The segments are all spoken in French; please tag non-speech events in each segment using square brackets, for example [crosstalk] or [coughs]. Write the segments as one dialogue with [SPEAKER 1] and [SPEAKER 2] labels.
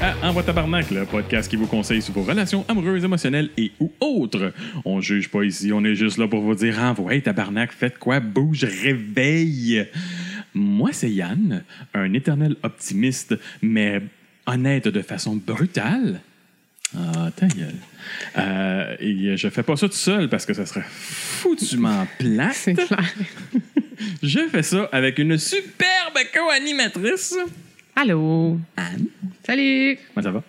[SPEAKER 1] à Envoi Tabarnak, le podcast qui vous conseille sur vos relations amoureuses, émotionnelles et ou autres. On juge pas ici, on est juste là pour vous dire Envoyez Tabarnak, faites quoi, bouge, réveille. Moi, c'est Yann, un éternel optimiste, mais honnête de façon brutale. Ah, ta gueule. Euh, et je fais pas ça tout seul parce que ça serait [laughs] foutument plat.
[SPEAKER 2] C'est clair.
[SPEAKER 1] Je fais ça avec une superbe co-animatrice.
[SPEAKER 2] Allô.
[SPEAKER 1] Anne.
[SPEAKER 2] Salut.
[SPEAKER 1] Comment ça va?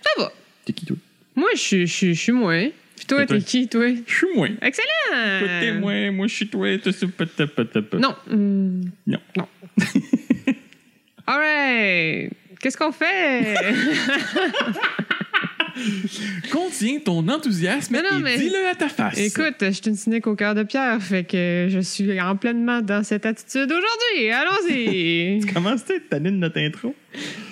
[SPEAKER 2] Ça va?
[SPEAKER 1] T'es qui, toi?
[SPEAKER 2] Moi, je suis- je suis je suis moi. Puis toi,
[SPEAKER 1] Et toi?
[SPEAKER 2] t'es qui, toi?
[SPEAKER 1] Je suis moi.
[SPEAKER 2] Excellent.
[SPEAKER 1] Toi, t'es moi, moi, je suis toi. tout ça, pa- ta- pa- ta- pa-
[SPEAKER 2] Euh. Non. Hmm.
[SPEAKER 1] Non.
[SPEAKER 2] Non. All right. Qu'est-ce
[SPEAKER 1] [laughs]
[SPEAKER 2] qu'on fait?
[SPEAKER 1] Contiens ton enthousiasme
[SPEAKER 2] Non, non,
[SPEAKER 1] et
[SPEAKER 2] mais-
[SPEAKER 1] dis-le à ta face.
[SPEAKER 2] Écoute, je suis une cynique au cœur de pierre, fait que je suis en pleinement dans cette attitude aujourd'hui. Allons-y.
[SPEAKER 1] Comment c'était de tanner de notre intro?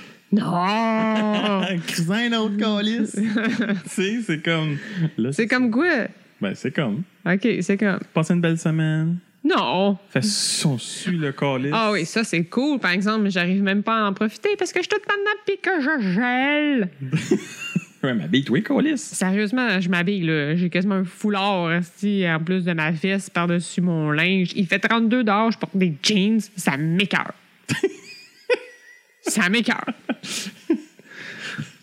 [SPEAKER 2] [laughs] non.
[SPEAKER 1] En crisant un autre
[SPEAKER 2] [laughs]
[SPEAKER 1] calice. tu sais, c'est comme... là,
[SPEAKER 2] C'est comme quoi?
[SPEAKER 1] Ben, c'est comme.
[SPEAKER 2] OK, c'est comme...
[SPEAKER 1] Passez une belle semaine.
[SPEAKER 2] Non.
[SPEAKER 1] Fais son su le calice.
[SPEAKER 2] Ah oui, ça c'est cool. Par exemple, mais j'arrive même pas à en profiter parce que je suis toute panne pis que je gèle.
[SPEAKER 1] Ouais, ma bille, toi, calice.
[SPEAKER 2] Sérieusement, je m'habille là. J'ai quasiment un foulard esti, en plus de ma veste par-dessus mon linge. Il fait 32 dehors, je porte des jeans. Ça m'écœure. ça m'écœure.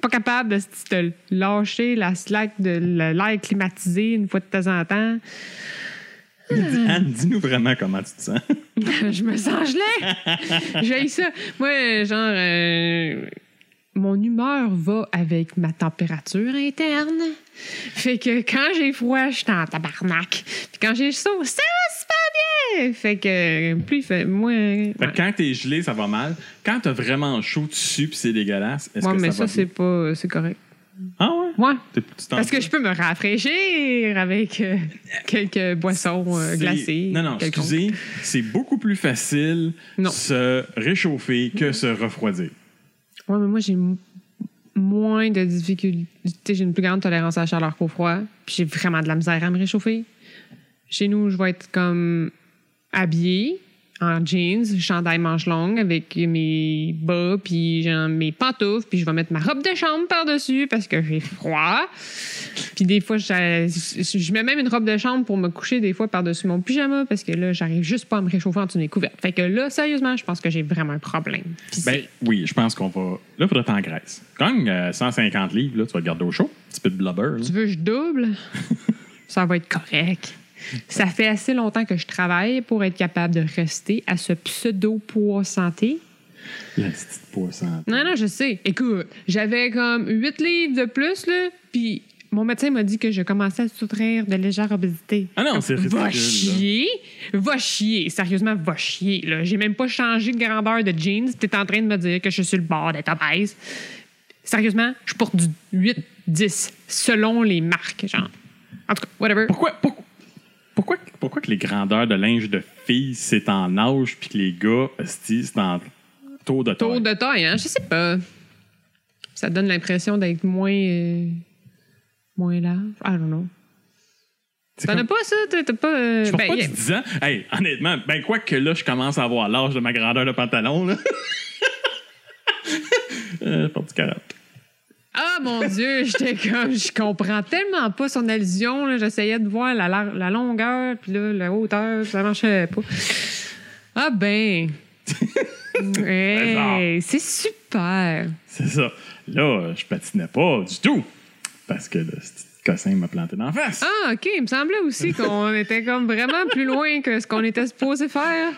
[SPEAKER 2] Pas capable de, esti, de lâcher la slack de l'air climatisé une fois de temps en temps. Ah.
[SPEAKER 1] Anne, dis-nous vraiment comment tu te sens.
[SPEAKER 2] [laughs] je me sens
[SPEAKER 1] [laughs]
[SPEAKER 2] gelée. J'ai ça. Moi, genre, euh, mon humeur va avec ma température interne. Fait que quand j'ai froid, je suis en tabarnak. Puis quand j'ai chaud, ça va super bien. Fait que plus il fait moins.
[SPEAKER 1] Fait que quand t'es gelé, ça va mal. Quand t'as vraiment chaud, tu sues pis c'est dégueulasse. Est-ce
[SPEAKER 2] Moi,
[SPEAKER 1] que
[SPEAKER 2] mais
[SPEAKER 1] ça,
[SPEAKER 2] ça,
[SPEAKER 1] va
[SPEAKER 2] c'est
[SPEAKER 1] bien?
[SPEAKER 2] pas. C'est correct.
[SPEAKER 1] Ah ouais?
[SPEAKER 2] Moi.
[SPEAKER 1] T'es- tu t'en-
[SPEAKER 2] Parce que je peux me rafraîchir avec euh, quelques boissons euh,
[SPEAKER 1] C'est-
[SPEAKER 2] glacées.
[SPEAKER 1] Non, non,
[SPEAKER 2] quelconques.
[SPEAKER 1] excusez. C'est beaucoup plus facile
[SPEAKER 2] Non.
[SPEAKER 1] se réchauffer que se refroidir.
[SPEAKER 2] Ouais, mais moi, j'ai m- moins de difficultés. J'ai une plus grande tolérance à la chaleur qu'au froid. Puis j'ai vraiment de la misère à me réchauffer. Chez nous, je vais être comme habillée en jeans, chandail manche longue avec mes bas puis genre, mes pantoufles puis je vais mettre ma robe de chambre par-dessus parce que j'ai froid. Puis des fois j'a- je, je mets même une robe de chambre pour me coucher des fois par-dessus mon pyjama parce que là j'arrive juste pas à me réchauffer en dessous des couvertes. Fait que là sérieusement, je pense que j'ai vraiment un problème. Puis c'est-
[SPEAKER 1] Ben oui, je pense qu'on va. Là, faudrait t'en graisse. Gagne euh, 150 livres, là, tu vas le garder au chaud. Petit peu de blubber. là.
[SPEAKER 2] Tu veux que je double? Ça va être correct. Ça fait assez longtemps que je travaille pour être capable de rester à ce pseudo-poids santé.
[SPEAKER 1] La petite poisson.
[SPEAKER 2] Non, non, je sais. Écoute, j'avais comme 8 livres de plus, là, puis mon médecin m'a dit que je commençais à souffrir de légère obésité.
[SPEAKER 1] Ah non, c'est ridicule.
[SPEAKER 2] Va
[SPEAKER 1] là.
[SPEAKER 2] chier! Va chier! Sérieusement, va chier, là. J'ai même pas changé de grandeur de jeans. T'es en train de me dire que je suis le bord d'être obèse. Sérieusement, je porte du 8-10 selon les marques, genre. En tout cas, whatever.
[SPEAKER 1] Pourquoi, pour- pourquoi, pourquoi que les grandeurs de linge de filles, c'est en âge, puis que les gars, esti, c'est en taux de taille?
[SPEAKER 2] Tour de taille, hein? Je sais pas. Ça donne l'impression d'être moins. euh, moins large. I don't know.
[SPEAKER 1] C'est
[SPEAKER 2] T'en
[SPEAKER 1] comme-
[SPEAKER 2] as pas ça? T'as t'as pas. euh,
[SPEAKER 1] Je porte
[SPEAKER 2] ben,
[SPEAKER 1] pas
[SPEAKER 2] y a-
[SPEAKER 1] du 10 ans. Hey, honnêtement, ben quoi que là, je commence à avoir l'âge de ma grandeur de pantalon. Là. [laughs] euh, je porte du 40.
[SPEAKER 2] Ah mon Dieu, [laughs] j'étais comme, je comprends tellement pas son allusion. là. J'essayais de voir la, lar- la longueur, puis là, la hauteur, ça marchait pas. Ah ben. Hey, c'est super.
[SPEAKER 1] C'est ça. Là, je patinais pas du tout. Parce que le petit cossin m'a planté dans la face.
[SPEAKER 2] Ah, OK, il me semblait aussi qu'on était comme vraiment plus loin que ce qu'on était supposé faire.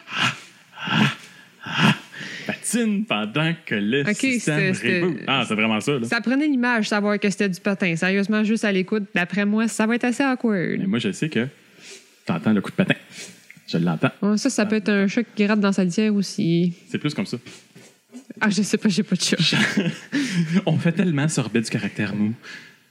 [SPEAKER 1] Patine pendant que le
[SPEAKER 2] Ok,
[SPEAKER 1] système
[SPEAKER 2] c'était- c'était-
[SPEAKER 1] reboot. Ah, c'est vraiment ça, là.
[SPEAKER 2] Ça prenait l'image, savoir que c'était du patin. Sérieusement, juste à l'écoute, d'après moi, ça va être assez
[SPEAKER 1] Mais
[SPEAKER 2] awkward.
[SPEAKER 1] moi, je sais que t'entends le coup de patin. Je l'entends.
[SPEAKER 2] Ah, Ça, ça peut être un chat qui gratte dans sa litière aussi.
[SPEAKER 1] C'est plus comme ça. [laughs]
[SPEAKER 2] Ah, je sais pas, j'ai pas de chat.
[SPEAKER 1] On fait tellement sorbet du caractère mou.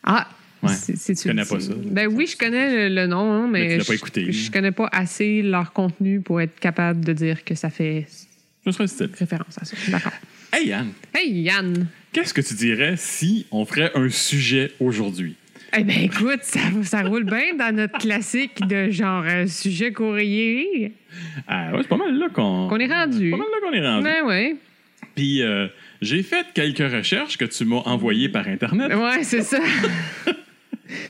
[SPEAKER 2] Ah!
[SPEAKER 1] Ouais.
[SPEAKER 2] C'est- c'est-
[SPEAKER 1] Je connais pas ça.
[SPEAKER 2] Ben oui, je connais le, le nom, hein, mais,
[SPEAKER 1] Mais tu l'as pas
[SPEAKER 2] je-
[SPEAKER 1] écouté.
[SPEAKER 2] Je, connais pas assez leur contenu pour être capable de dire que ça fait
[SPEAKER 1] Ce serait style.
[SPEAKER 2] référence à ça. Je suis D'accord.
[SPEAKER 1] Hey, Yann,
[SPEAKER 2] Hey Yann!
[SPEAKER 1] qu'est-ce que tu dirais si on ferait un sujet aujourd'hui?
[SPEAKER 2] Eh ben écoute, ça, ça roule bien dans notre classique de genre euh, sujet courrier
[SPEAKER 1] Ah ouais, c'est pas mal là qu'on.
[SPEAKER 2] qu'on est
[SPEAKER 1] C'est
[SPEAKER 2] rendu. Ben
[SPEAKER 1] pas mal là qu'on est rendu.
[SPEAKER 2] Ouais, ouais.
[SPEAKER 1] Puis, euh, J'ai fait quelques recherches que tu m'as envoyées par Internet.
[SPEAKER 2] Ouais, c'est ça.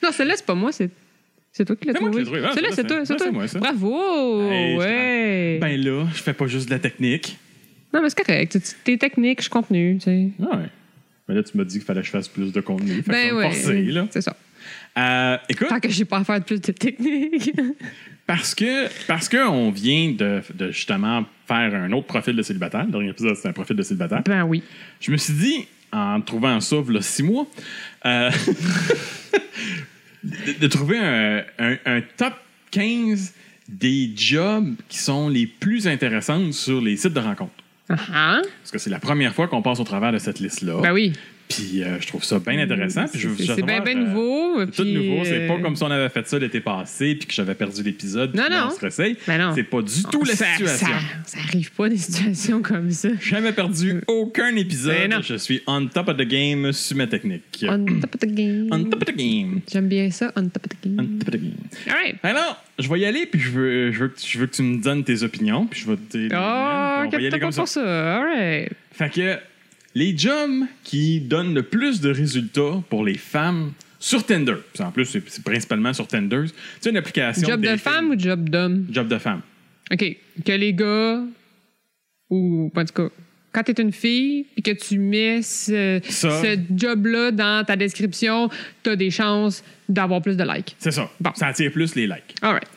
[SPEAKER 2] non, celle-là, c'est pas moi, c'est. C'est toi qui l'as
[SPEAKER 1] C'est moi qui
[SPEAKER 2] trouvé.
[SPEAKER 1] l'ai trouvé. Ah,
[SPEAKER 2] Celle-là,
[SPEAKER 1] ça,
[SPEAKER 2] c'est
[SPEAKER 1] c'est-
[SPEAKER 2] toi.
[SPEAKER 1] ça,
[SPEAKER 2] C'est
[SPEAKER 1] c'est
[SPEAKER 2] toi.
[SPEAKER 1] moi, ça.
[SPEAKER 2] Bravo!
[SPEAKER 1] Hey, je
[SPEAKER 2] ouais!
[SPEAKER 1] Ben là, je fais pas juste de la technique.
[SPEAKER 2] Non, mais c'est correct. Tu- tu- T'es technique, je suis contenu, tu sais.
[SPEAKER 1] Ah ouais. Mais là, tu m'as dit qu'il fallait que je fasse plus de contenu. Fait que ça
[SPEAKER 2] Ben
[SPEAKER 1] me
[SPEAKER 2] ouais.
[SPEAKER 1] forçait, là.
[SPEAKER 2] C'est ça.
[SPEAKER 1] Euh, écoute,
[SPEAKER 2] Tant que j'ai pas à faire de plus
[SPEAKER 1] [laughs]
[SPEAKER 2] de technique.
[SPEAKER 1] parce que parce qu'on vient de, de justement faire un autre profil de célibataire, le dernier épisode, c'est un profil de célibataire,
[SPEAKER 2] ben oui.
[SPEAKER 1] je me suis dit, en trouvant ça, il six mois, euh, [laughs] de, de trouver un, un- un top 15 des jobs qui sont les plus intéressants sur les sites de rencontres.
[SPEAKER 2] Ah, ah.
[SPEAKER 1] Parce que c'est la première fois qu'on passe au travers de cette liste-là.
[SPEAKER 2] Ben oui.
[SPEAKER 1] Puis euh, je trouve ça bien Oh. intéressant. Puis je veux-
[SPEAKER 2] C'est-
[SPEAKER 1] je
[SPEAKER 2] C'est bien,
[SPEAKER 1] trouve,
[SPEAKER 2] bien
[SPEAKER 1] euh,
[SPEAKER 2] nouveau.
[SPEAKER 1] C'est tout
[SPEAKER 2] puis,
[SPEAKER 1] nouveau. C'est pas
[SPEAKER 2] euh,
[SPEAKER 1] comme si on avait fait ça l'été passé puis que j'avais perdu l'épisode. puis
[SPEAKER 2] Non,
[SPEAKER 1] là,
[SPEAKER 2] non.
[SPEAKER 1] On se réessaye.
[SPEAKER 2] Ben non.
[SPEAKER 1] C'est pas du tout la
[SPEAKER 2] Ça-
[SPEAKER 1] situation.
[SPEAKER 2] Ça, ça arrive pas des situations comme ça.
[SPEAKER 1] Jamais perdu aucun épisode.
[SPEAKER 2] Euh, Ben non.
[SPEAKER 1] Je suis on top of the game sur ma technique.
[SPEAKER 2] On top of the game.
[SPEAKER 1] On top of the game.
[SPEAKER 2] J'aime bien ça, on top of the
[SPEAKER 1] On
[SPEAKER 2] game.
[SPEAKER 1] top of the game.
[SPEAKER 2] All right.
[SPEAKER 1] Alors, je vais y aller puis je veux, je veux, que, tu- je veux que tu me donnes tes opinions puis je vais te dire. les miennes,
[SPEAKER 2] Oh,
[SPEAKER 1] puis on va y
[SPEAKER 2] capte
[SPEAKER 1] aller
[SPEAKER 2] pas
[SPEAKER 1] comme ça.
[SPEAKER 2] pour ça. All right.
[SPEAKER 1] Fait que les jobs qui donnent le plus de résultats pour les femmes sur Tinder. Puis en plus, c'est c'est principalement sur Tinder. C'est une application.
[SPEAKER 2] Job de
[SPEAKER 1] dating.
[SPEAKER 2] femme ou job d'homme?
[SPEAKER 1] Job de femme.
[SPEAKER 2] OK. Que les gars, ou en tout cas, quand t'es une fille puis que tu mets ce,
[SPEAKER 1] Ça.
[SPEAKER 2] ce job-là dans ta description, t'as des chances d'avoir plus de likes.
[SPEAKER 1] C'est ça.
[SPEAKER 2] Bon.
[SPEAKER 1] Ça attire plus les likes.
[SPEAKER 2] All right.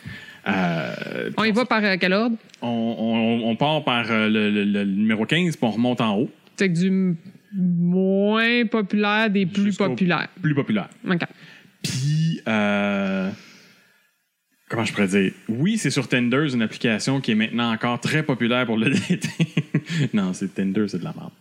[SPEAKER 1] Euh,
[SPEAKER 2] On y va par euh, quel ordre?
[SPEAKER 1] on, on- on part par euh, le, le- le numéro 15, puis on remonte en haut.
[SPEAKER 2] C'est que du m- moins populaire des plus
[SPEAKER 1] Jusqu'au
[SPEAKER 2] populaires.
[SPEAKER 1] Plus populaire.
[SPEAKER 2] OK.
[SPEAKER 1] Puis, euh, comment je pourrais dire? Oui, c'est sur Tinder, une application qui est maintenant encore très populaire pour le [laughs] dating. non, c'est Tinder, c'est de la merde.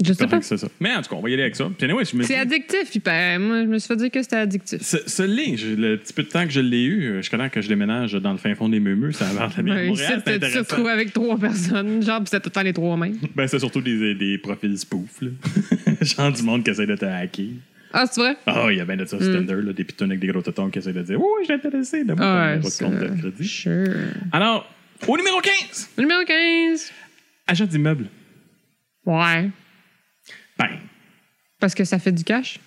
[SPEAKER 2] Je sais pas.
[SPEAKER 1] Correct, C'est ça. Mais en tout cas, on va y aller avec ça. Puis anyway, je me
[SPEAKER 2] C'est
[SPEAKER 1] dis-
[SPEAKER 2] addictif, il paraît. Moi, je me suis fait dire que c'était addictif.
[SPEAKER 1] Ce, ce lait, je- le petit peu de temps que je l'ai eu, euh, je connais que je déménage dans le fin fond des meumeux, ça va la
[SPEAKER 2] Ouais,
[SPEAKER 1] bien
[SPEAKER 2] ici,
[SPEAKER 1] Montréal, c'est
[SPEAKER 2] tu te
[SPEAKER 1] intéressant.
[SPEAKER 2] retrouves avec trois personnes, genre, pis c'était tout le temps les trois mêmes.
[SPEAKER 1] Ben, c'est surtout des, des profils spoof, là. [laughs] Genre du monde qui essaie de te hacker.
[SPEAKER 2] Ah, c'est vrai?
[SPEAKER 1] Ah, il y a bien de ça,
[SPEAKER 2] Hmm.
[SPEAKER 1] sur Tinder, là, des pitons avec des gros totons qui essaient de dire « Oh, j'ai intéressé, donne-moi ton
[SPEAKER 2] Ah,
[SPEAKER 1] numéro de compte de
[SPEAKER 2] c'est-
[SPEAKER 1] crédit.
[SPEAKER 2] Sure. »
[SPEAKER 1] Alors, au numéro 15,
[SPEAKER 2] Numéro 15.
[SPEAKER 1] achat d'immeuble.
[SPEAKER 2] Ouais.
[SPEAKER 1] Ben,
[SPEAKER 2] Parce que ça fait du cash,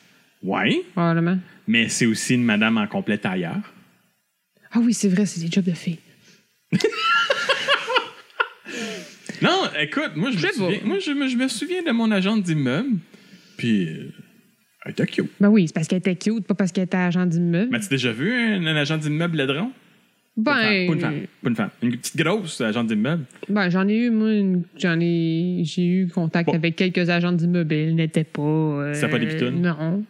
[SPEAKER 1] ouais,
[SPEAKER 2] probablement.
[SPEAKER 1] mais c'est aussi une madame en complet tailleur.
[SPEAKER 2] Ah oui, c'est vrai, c'est des jobs de filles.
[SPEAKER 1] Non, écoute, moi, je me
[SPEAKER 2] Je sais pas.
[SPEAKER 1] souviens, moi, je, me- je me souviens de mon agent d'immeuble, puis euh, elle était cute.
[SPEAKER 2] Ben oui, c'est parce qu'elle était cute, pas parce qu'elle était agent d'immeuble.
[SPEAKER 1] M'as-tu déjà vu un, un agent d'immeuble ladron?
[SPEAKER 2] Ben,
[SPEAKER 1] Pas une femme. Pas une femme. Une petite grosse agent d'immeuble.
[SPEAKER 2] ben j'en ai eu, moi, une- j'en ai, j'ai eu contact
[SPEAKER 1] Bon.
[SPEAKER 2] avec quelques agents d'immeuble. Ils n'étaient pas. euh,
[SPEAKER 1] C'était pas des pitounes?
[SPEAKER 2] Non.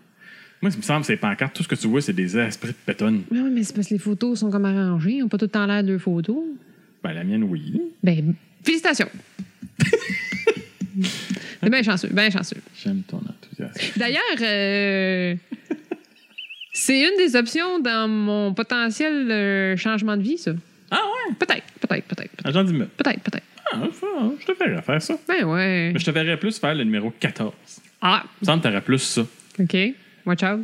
[SPEAKER 1] Moi, il me semble, c'est pancartes. Tout ce que tu vois, c'est des esprits de pétonne.
[SPEAKER 2] Mais Ben oui, mais c'est parce que les photos sont comme arrangées. Ils n'ont pas tout le temps l'air de photos.
[SPEAKER 1] Ben, la mienne, oui.
[SPEAKER 2] Ben, félicitations.
[SPEAKER 1] [laughs]
[SPEAKER 2] C'est bien chanceux, bien chanceux.
[SPEAKER 1] J'aime ton enthousiasme.
[SPEAKER 2] D'ailleurs, euh, c'est une des options dans mon potentiel euh, changement de vie, ça.
[SPEAKER 1] Ah ouais?
[SPEAKER 2] Peut-être, peut-être, peut-être.
[SPEAKER 1] Agent d'immeuble.
[SPEAKER 2] Peut-être, peut-être.
[SPEAKER 1] Ah, ça, je te verrais faire ça.
[SPEAKER 2] Ben ouais.
[SPEAKER 1] Mais je te verrais plus faire le numéro 14. Il
[SPEAKER 2] Ah,
[SPEAKER 1] me semble que t'aurais plus ça.
[SPEAKER 2] OK. Watch out.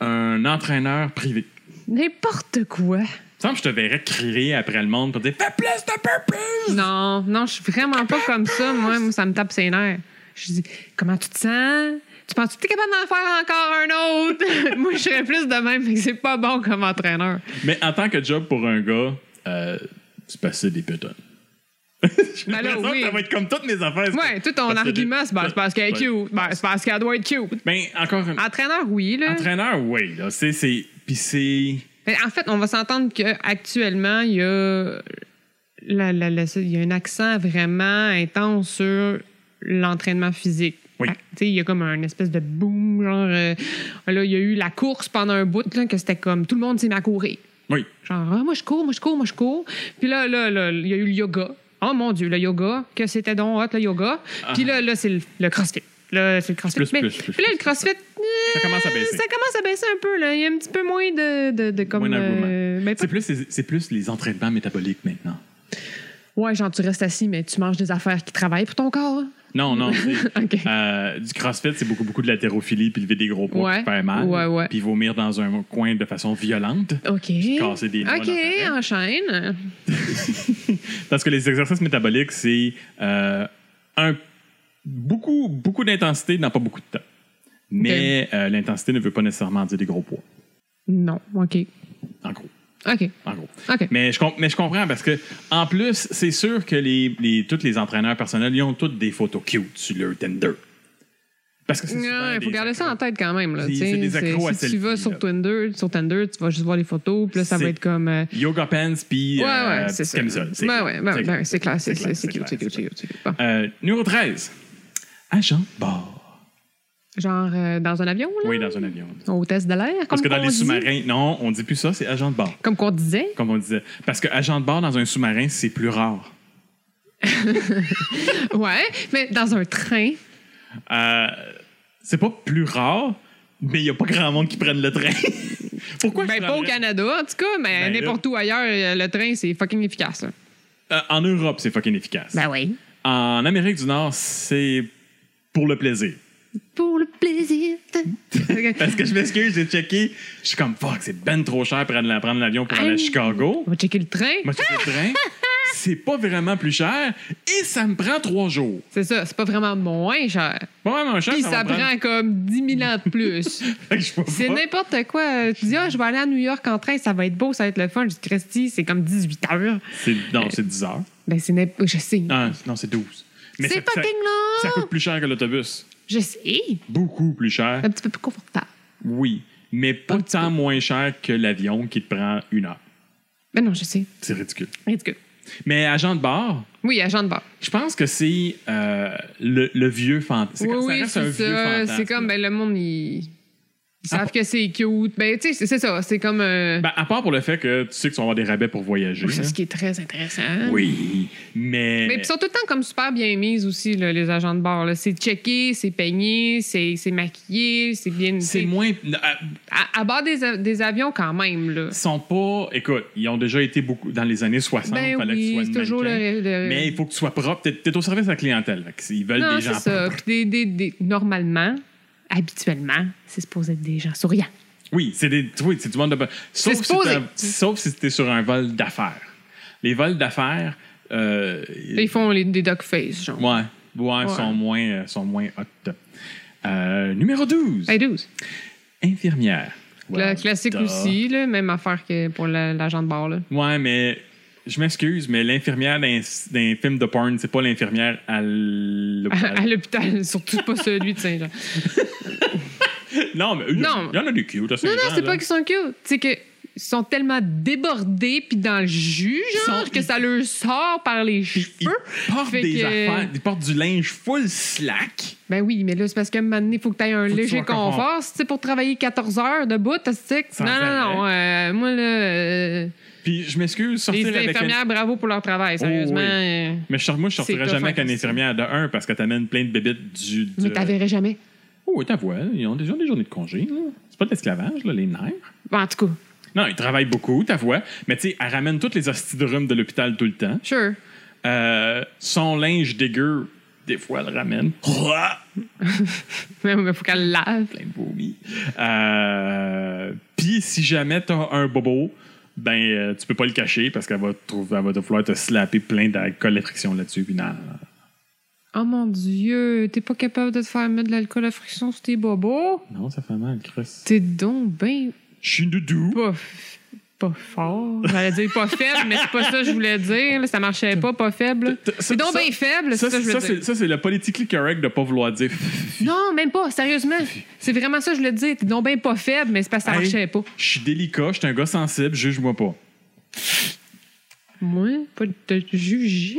[SPEAKER 1] Un entraîneur privé.
[SPEAKER 2] N'importe quoi.
[SPEAKER 1] Il me semble que je te verrais crier après le monde pour dire Fais plus de purpose!
[SPEAKER 2] Non, non, je suis vraiment pas comme ça. Moi, moi, ça me tape ses nerfs. Je dis, comment tu te sens? Tu penses que tu es capable d'en faire encore un autre? [laughs] moi, je serais plus de même, mais c'est pas bon comme entraîneur.
[SPEAKER 1] Mais en tant que job pour un gars, euh, c'est passer des [laughs] pétonnes. J'ai
[SPEAKER 2] Ben là,
[SPEAKER 1] l'impression que
[SPEAKER 2] oui.
[SPEAKER 1] Ça va être comme toutes mes affaires.
[SPEAKER 2] Ouais, tout ton
[SPEAKER 1] Parce que
[SPEAKER 2] argument,
[SPEAKER 1] des-
[SPEAKER 2] c'est ben, c'est parce qu'elle est
[SPEAKER 1] Ouais.
[SPEAKER 2] cute. Ben, c'est parce qu'elle doit être cute.
[SPEAKER 1] Ben, encore une
[SPEAKER 2] Entraîneur, oui, là.
[SPEAKER 1] Entraîneur, oui. Là, c'est, c'est, puis c'est...
[SPEAKER 2] Mais Ben, En fait, on va s'entendre qu'actuellement, il y a. la- la- la- il y a un accent vraiment intense sur l'entraînement physique.
[SPEAKER 1] Oui.
[SPEAKER 2] Ah, tu sais, Il y a comme un espèce de boom, genre. euh, là, il y a eu la course pendant un bout, là, que c'était comme tout le monde s'est mis à courir.
[SPEAKER 1] Oui.
[SPEAKER 2] Genre, Ah, moi je cours, moi je cours, moi je cours. Puis là, là, là, il y a eu le yoga. Oh mon Dieu, le yoga, que c'était donc hot, le yoga. Puis là, là, c'est le, le crossfit. Là, c'est le crossfit.
[SPEAKER 1] Plus,
[SPEAKER 2] Mais-
[SPEAKER 1] plus, plus,
[SPEAKER 2] puis là,
[SPEAKER 1] plus,
[SPEAKER 2] le crossfit, eh,
[SPEAKER 1] Ça commence à baisser.
[SPEAKER 2] Euh, ça commence à baisser un peu. Là. Il y a un petit peu moins de, de, de comme.
[SPEAKER 1] Moins d'engouement.
[SPEAKER 2] euh, ben, pas-
[SPEAKER 1] C'est plus, c'est, c'est plus les entraînements métaboliques maintenant.
[SPEAKER 2] Ouais, genre, tu restes assis, mais tu manges des affaires qui travaillent pour ton corps. [laughs] hein.
[SPEAKER 1] Non, non. c'est-
[SPEAKER 2] OK.
[SPEAKER 1] euh, du crossfit, c'est beaucoup, beaucoup de latérophilie, puis lever des gros poids,
[SPEAKER 2] Ouais.
[SPEAKER 1] puis faire mal.
[SPEAKER 2] Ouais, ouais.
[SPEAKER 1] Puis vomir dans un coin de façon violente.
[SPEAKER 2] OK.
[SPEAKER 1] casser des noix dans ta
[SPEAKER 2] OK,
[SPEAKER 1] tête.
[SPEAKER 2] enchaîne.
[SPEAKER 1] Parce que les exercices métaboliques, c'est euh, un beaucoup, beaucoup d'intensité dans pas beaucoup de temps. Mais euh, l'intensité ne veut pas nécessairement dire des gros poids,
[SPEAKER 2] Non, OK.
[SPEAKER 1] en gros.
[SPEAKER 2] OK.
[SPEAKER 1] En gros.
[SPEAKER 2] OK.
[SPEAKER 1] Mais je, com- mais je comprends parce que, en plus, c'est sûr que les, les- tous les entraîneurs personnels, ils ont toutes des photos cute sur leur Tinder. Parce que c'est souvent
[SPEAKER 2] Il faut
[SPEAKER 1] des
[SPEAKER 2] garder ça en
[SPEAKER 1] accros.
[SPEAKER 2] tête quand même. Là,
[SPEAKER 1] C'est-
[SPEAKER 2] tu sais,
[SPEAKER 1] c'est des
[SPEAKER 2] c'est-
[SPEAKER 1] accros à
[SPEAKER 2] si tu vas
[SPEAKER 1] selfie, là.
[SPEAKER 2] sur Tinder, sur Tinder, tu vas juste voir les photos, puis là, ça
[SPEAKER 1] C'est-
[SPEAKER 2] va être comme. euh,
[SPEAKER 1] Yoga pants, puis
[SPEAKER 2] ouais,
[SPEAKER 1] euh,
[SPEAKER 2] ouais, c'est
[SPEAKER 1] petite
[SPEAKER 2] ça.
[SPEAKER 1] camisole. C'est
[SPEAKER 2] Ben
[SPEAKER 1] clair,
[SPEAKER 2] ouais, ben
[SPEAKER 1] c'est
[SPEAKER 2] ouais,
[SPEAKER 1] clair.
[SPEAKER 2] ben ouais, c'est clair, c'est
[SPEAKER 1] C'est clair,
[SPEAKER 2] c'est- c'est
[SPEAKER 1] c'est
[SPEAKER 2] cute, c'est
[SPEAKER 1] clair,
[SPEAKER 2] cute, c'est
[SPEAKER 1] c'est
[SPEAKER 2] cute, c'est cute. Bon.
[SPEAKER 1] Euh, numéro 13. Agent bord.
[SPEAKER 2] Genre euh, dans un avion, là?
[SPEAKER 1] Oui, dans un avion.
[SPEAKER 2] Hôtesse de l'air, comme
[SPEAKER 1] Parce que dans
[SPEAKER 2] qu'on
[SPEAKER 1] les
[SPEAKER 2] dit.
[SPEAKER 1] sous-marins, non, on dit plus ça, c'est agent de bord.
[SPEAKER 2] Comme qu'on disait.
[SPEAKER 1] Comme on disait. Parce que agent de bord dans un sous-marin, c'est plus rare.
[SPEAKER 2] Ouais, mais dans un train.
[SPEAKER 1] Euh, c'est pas plus rare, mais il n'y a pas grand monde qui prenne le train. [laughs] Pourquoi je
[SPEAKER 2] Ben, pas au
[SPEAKER 1] prendrais-
[SPEAKER 2] Canada, en tout cas, mais
[SPEAKER 1] Ben là.
[SPEAKER 2] n'importe où ailleurs, euh, le train, c'est fucking efficace. là.
[SPEAKER 1] Euh, En Europe, c'est fucking efficace.
[SPEAKER 2] Ben oui.
[SPEAKER 1] En Amérique du Nord, c'est pour le plaisir.
[SPEAKER 2] Pour le plaisir.
[SPEAKER 1] Parce que je m'excuse, j'ai checké. Je suis comme, fuck, c'est ben trop cher prendre prendre l'avion pour aller à
[SPEAKER 2] Aïe.
[SPEAKER 1] Chicago.
[SPEAKER 2] On va checker le train.
[SPEAKER 1] Moi, j'ai pris le train. C'est pas vraiment plus cher et ça me prend trois jours.
[SPEAKER 2] C'est ça, c'est pas vraiment moins cher.
[SPEAKER 1] Pas vraiment cher.
[SPEAKER 2] Puis
[SPEAKER 1] Ah, va
[SPEAKER 2] ça
[SPEAKER 1] me prendre-
[SPEAKER 2] prend comme 10 000 ans
[SPEAKER 1] [laughs]
[SPEAKER 2] de plus.
[SPEAKER 1] Fait que je vois
[SPEAKER 2] C'est
[SPEAKER 1] pas.
[SPEAKER 2] n'importe quoi. Tu dis, ah, je vais aller à New York en train, ça va être beau, ça va être le fun. Je dis, Christy, c'est comme 18 heures.
[SPEAKER 1] C'est- Non, c'est 10 heures.
[SPEAKER 2] Ben, c'est n'importe Je sais.
[SPEAKER 1] Ah, Euh, non, c'est 12. Mais
[SPEAKER 2] c'est
[SPEAKER 1] ça- ça-
[SPEAKER 2] fucking
[SPEAKER 1] Ça
[SPEAKER 2] long.
[SPEAKER 1] coûte plus cher que l'autobus.
[SPEAKER 2] Je sais.
[SPEAKER 1] Beaucoup plus cher.
[SPEAKER 2] Un petit peu plus confortable.
[SPEAKER 1] Oui. Mais pas tant moins cher que l'avion qui te prend une heure.
[SPEAKER 2] Ben non, je sais.
[SPEAKER 1] C'est ridicule.
[SPEAKER 2] Ridicule.
[SPEAKER 1] Mais agent de bord,
[SPEAKER 2] Oui, agent de bord.
[SPEAKER 1] je pense que c'est euh, le, le vieux fantasme.
[SPEAKER 2] Oui,
[SPEAKER 1] ça
[SPEAKER 2] oui,
[SPEAKER 1] reste un
[SPEAKER 2] c'est
[SPEAKER 1] vieux
[SPEAKER 2] ça.
[SPEAKER 1] fantasme.
[SPEAKER 2] C'est comme, ben, le monde, ils, ils savent
[SPEAKER 1] Ah.
[SPEAKER 2] que c'est cute. Ben, tu sais, c'est- c'est ça. C'est comme. euh,
[SPEAKER 1] Ben, à part pour le fait que tu sais que tu vas avoir des rabais pour voyager.
[SPEAKER 2] c'est
[SPEAKER 1] là.
[SPEAKER 2] ce qui est très intéressant.
[SPEAKER 1] Oui, mais...
[SPEAKER 2] Mais puis ils sont tout le temps comme super bien mises aussi, là, les agents de bord. là. C'est checké, c'est peigné, c'est c'est maquillé, c'est bien.
[SPEAKER 1] c'est
[SPEAKER 2] c'est-
[SPEAKER 1] moins... euh,
[SPEAKER 2] À, à bord des, a- des avions, quand même, là.
[SPEAKER 1] Ils sont pas... Écoute, ils ont déjà été beaucoup dans les années 60.
[SPEAKER 2] Ben
[SPEAKER 1] fallait que tu sois
[SPEAKER 2] oui, c'est
[SPEAKER 1] une
[SPEAKER 2] toujours
[SPEAKER 1] mannequin.
[SPEAKER 2] le. le-
[SPEAKER 1] Mais il faut que tu sois propre. T'es t'es au service de la clientèle. là, qu'ils- Ils veulent
[SPEAKER 2] non,
[SPEAKER 1] des gens
[SPEAKER 2] c'est ça. Puis des, des- des- normalement, habituellement, c'est supposé être des gens souriants.
[SPEAKER 1] Oui, c'est des, oui, c'est du monde de bonne- Sauf,
[SPEAKER 2] C'est
[SPEAKER 1] si
[SPEAKER 2] supposé.
[SPEAKER 1] t'as- sauf si c'était sur un vol d'affaires. Les vols d'affaires. euh,
[SPEAKER 2] Là, ils font les, des duck face, genre.
[SPEAKER 1] ouais, ouais,
[SPEAKER 2] Ouais.
[SPEAKER 1] sont moins, euh, sont moins hot. Euh, numéro 12,
[SPEAKER 2] Hey, douze.
[SPEAKER 1] infirmière.
[SPEAKER 2] La
[SPEAKER 1] Ouais,
[SPEAKER 2] classique
[SPEAKER 1] duh.
[SPEAKER 2] aussi, là, même affaire que pour la- l'agent de bord. Là. [laughs]
[SPEAKER 1] Ouais, mais je m'excuse, mais l'infirmière d'un, d'un film de porn, c'est pas l'infirmière à
[SPEAKER 2] [laughs]
[SPEAKER 1] l'hôpital.
[SPEAKER 2] À l'hôpital, surtout pas celui de Saint-Jean.
[SPEAKER 1] non, mais il y,
[SPEAKER 2] Non.
[SPEAKER 1] en a- il y en a des cute.
[SPEAKER 2] Non, non, c'est pas qu'ils sont cute. C'est que ils sont tellement débordés puis dans le jus, genre,
[SPEAKER 1] sont-
[SPEAKER 2] que ça leur sort par les cheveux.
[SPEAKER 1] Ils portent
[SPEAKER 2] Fait
[SPEAKER 1] des
[SPEAKER 2] que-
[SPEAKER 1] affaires, ils portent du linge full slack.
[SPEAKER 2] Ben oui, mais là, c'est parce qu'à un moment donné, il faut que tu aies un
[SPEAKER 1] Faut que tu
[SPEAKER 2] léger
[SPEAKER 1] sois confort.
[SPEAKER 2] confort. Si c'est pour travailler 14 heures de bout, t'as stick.
[SPEAKER 1] Sans
[SPEAKER 2] Non, non, non. euh, moi, là, euh,
[SPEAKER 1] Puis je m'excuse,
[SPEAKER 2] les
[SPEAKER 1] sortir avec un
[SPEAKER 2] infirmières, bravo pour leur travail, sérieusement.
[SPEAKER 1] oui.
[SPEAKER 2] euh,
[SPEAKER 1] Mais je- moi, je
[SPEAKER 2] C'est
[SPEAKER 1] sortirais
[SPEAKER 2] tough,
[SPEAKER 1] jamais qu'un
[SPEAKER 2] hein,
[SPEAKER 1] infirmière de 1 parce que t'amènes plein de bébites du. du-
[SPEAKER 2] Mais t'avais jamais.
[SPEAKER 1] Oh, ta voix, ils ont déjà des journées de congé. là. C'est pas de l'esclavage, là, les nerfs.
[SPEAKER 2] Bon, en tout cas,
[SPEAKER 1] Non, ils travaillent beaucoup, ta voix. Mais tu sais, elle ramène toutes les hosties de rhume de l'hôpital tout le temps.
[SPEAKER 2] sure. [laughs]
[SPEAKER 1] Euh, son linge dégueu, des fois, elle le ramène. Ouah!
[SPEAKER 2] Mais il faut qu'elle lave.
[SPEAKER 1] Plein de Ben, vomi. Euh, Puis si jamais t'as un bobo, ben euh, tu peux pas le cacher parce qu'elle va, te trouver- elle va te vouloir te slapper plein d'alcool à friction là-dessus. Puis non,
[SPEAKER 2] Oh mon Dieu, t'es pas capable de te faire mettre de l'alcool à friction sur tes bobos?
[SPEAKER 1] non, ça fait mal, Chris.
[SPEAKER 2] T'es donc ben
[SPEAKER 1] Je suis doudou.
[SPEAKER 2] pas, f- pas fort. J'allais dire pas faible, mais c'est pas ça que je voulais dire. là, Ça marchait pas, pas faible.
[SPEAKER 1] T- t-
[SPEAKER 2] C'est donc
[SPEAKER 1] ça-
[SPEAKER 2] ben faible, c'est
[SPEAKER 1] Ça,
[SPEAKER 2] ça que je
[SPEAKER 1] ça,
[SPEAKER 2] voulais
[SPEAKER 1] c'est
[SPEAKER 2] dire.
[SPEAKER 1] ça, c'est le politically correct de pas vouloir dire.
[SPEAKER 2] Non, même pas, sérieusement. C'est vraiment ça que je voulais dire. T'es donc ben pas faible, mais c'est parce que ça
[SPEAKER 1] Hey.
[SPEAKER 2] marchait pas.
[SPEAKER 1] Je suis délicat, je suis un gars sensible, juge-moi pas.
[SPEAKER 2] Moi, pas de te
[SPEAKER 1] [laughs]
[SPEAKER 2] juger.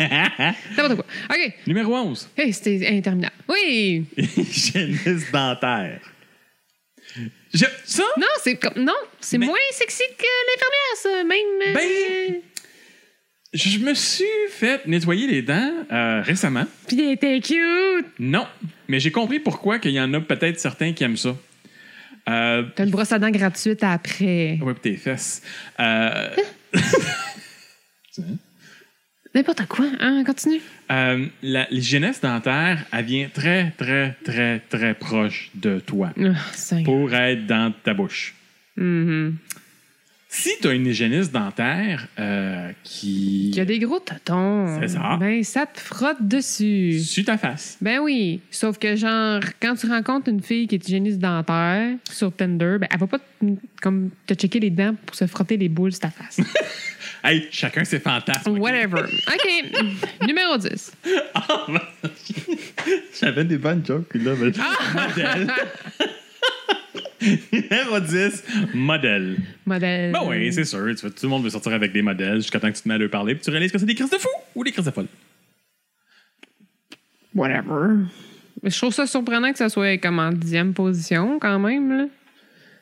[SPEAKER 2] N'importe quoi. OK.
[SPEAKER 1] Numéro 11.
[SPEAKER 2] Hey, c'était interminable. Oui!
[SPEAKER 1] [laughs] Hygiéniste dentaire. Je- ça?
[SPEAKER 2] Non, c'est comme. Non, c'est
[SPEAKER 1] Mais-
[SPEAKER 2] moins sexy que l'infirmière, ça. Même. euh,
[SPEAKER 1] Ben- Je me suis fait nettoyer les dents euh, récemment.
[SPEAKER 2] Puis elle était cute.
[SPEAKER 1] Non, mais j'ai compris pourquoi qu'il y en a peut-être certains qui aiment ça. Euh,
[SPEAKER 2] T'as une brosse à dents gratuite après.
[SPEAKER 1] ouais, pis tes fesses. Euh,
[SPEAKER 2] N'importe quoi, hein? Continue.
[SPEAKER 1] euh, la- L'hygiéniste dentaire, elle vient très, très, très, très proche de toi
[SPEAKER 2] Oh, Ah, Seigneur.
[SPEAKER 1] pour être dans ta bouche.
[SPEAKER 2] Mhm.
[SPEAKER 1] Si tu as une hygiéniste dentaire euh, qui.
[SPEAKER 2] Il y a des gros totons.
[SPEAKER 1] C'est ça.
[SPEAKER 2] Ben, ça te frotte dessus.
[SPEAKER 1] Sur ta face.
[SPEAKER 2] Ben oui. Sauf que, genre, quand tu rencontres une fille qui est hygiéniste dentaire sur Tinder, ben, elle va pas te- comme, te checker les dents pour se frotter les boules sur
[SPEAKER 1] [laughs]
[SPEAKER 2] ta face.
[SPEAKER 1] Hey, chacun ses fantasmes. ok?
[SPEAKER 2] Whatever. OK. Numéro 10.
[SPEAKER 1] J'avais des bonnes jokes, puis là, ben, mais... Ah! [laughs] modèle. Numéro 10, modèle.
[SPEAKER 2] Modèle.
[SPEAKER 1] Ben oui, c'est sûr. tu vois, tout le monde veut sortir avec des modèles jusqu'à temps que tu te mets à leur parler, puis tu réalises que c'est des crises de fous ou des crises de folles.
[SPEAKER 2] Whatever. Mais Je trouve ça surprenant que ça soit comme en dixième position, quand même. là.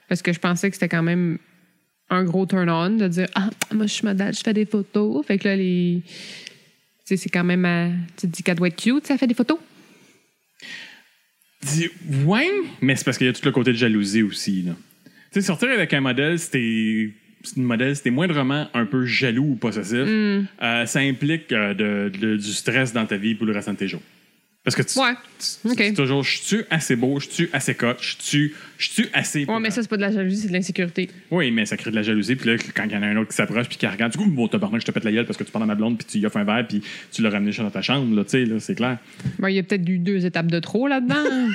[SPEAKER 2] Parce que je pensais que c'était quand même un gros turn-on de dire Ah, moi, je suis modèle, je fais des photos. Fait que là, les. Tu sais, c'est quand même. à- Tu te dis qu'elle doit être cute, ça fait des photos.
[SPEAKER 1] Dis, ouais, mais c'est parce qu'il y a tout le côté de jalousie aussi. là. Tu sais, sortir avec un modèle, c'était une modèle, c'était moindrement un peu jaloux ou possessif.
[SPEAKER 2] Hmm.
[SPEAKER 1] euh, ça implique euh, de- de- du stress dans ta vie pour le restant de tes jours. Parce que tu,
[SPEAKER 2] Ouais.
[SPEAKER 1] tu-
[SPEAKER 2] Ok.
[SPEAKER 1] c'est toujours, je suis assez beau, je suis assez coach, je suis je suis assez.
[SPEAKER 2] Ouais, mais ça, c'est pas de la jalousie, c'est de l'insécurité.
[SPEAKER 1] Oui, mais ça crée de la jalousie. Puis là, quand il y en a un autre qui s'approche puis qui regarde, du coup, bon, tabarnak, je te pète la gueule parce que tu parles à ma blonde puis tu lui offres un verre puis tu l'as ramené dans ta chambre, là, tu sais, là, c'est clair.
[SPEAKER 2] Ben, il y a peut-être eu deux étapes de trop [laughs] là-dedans.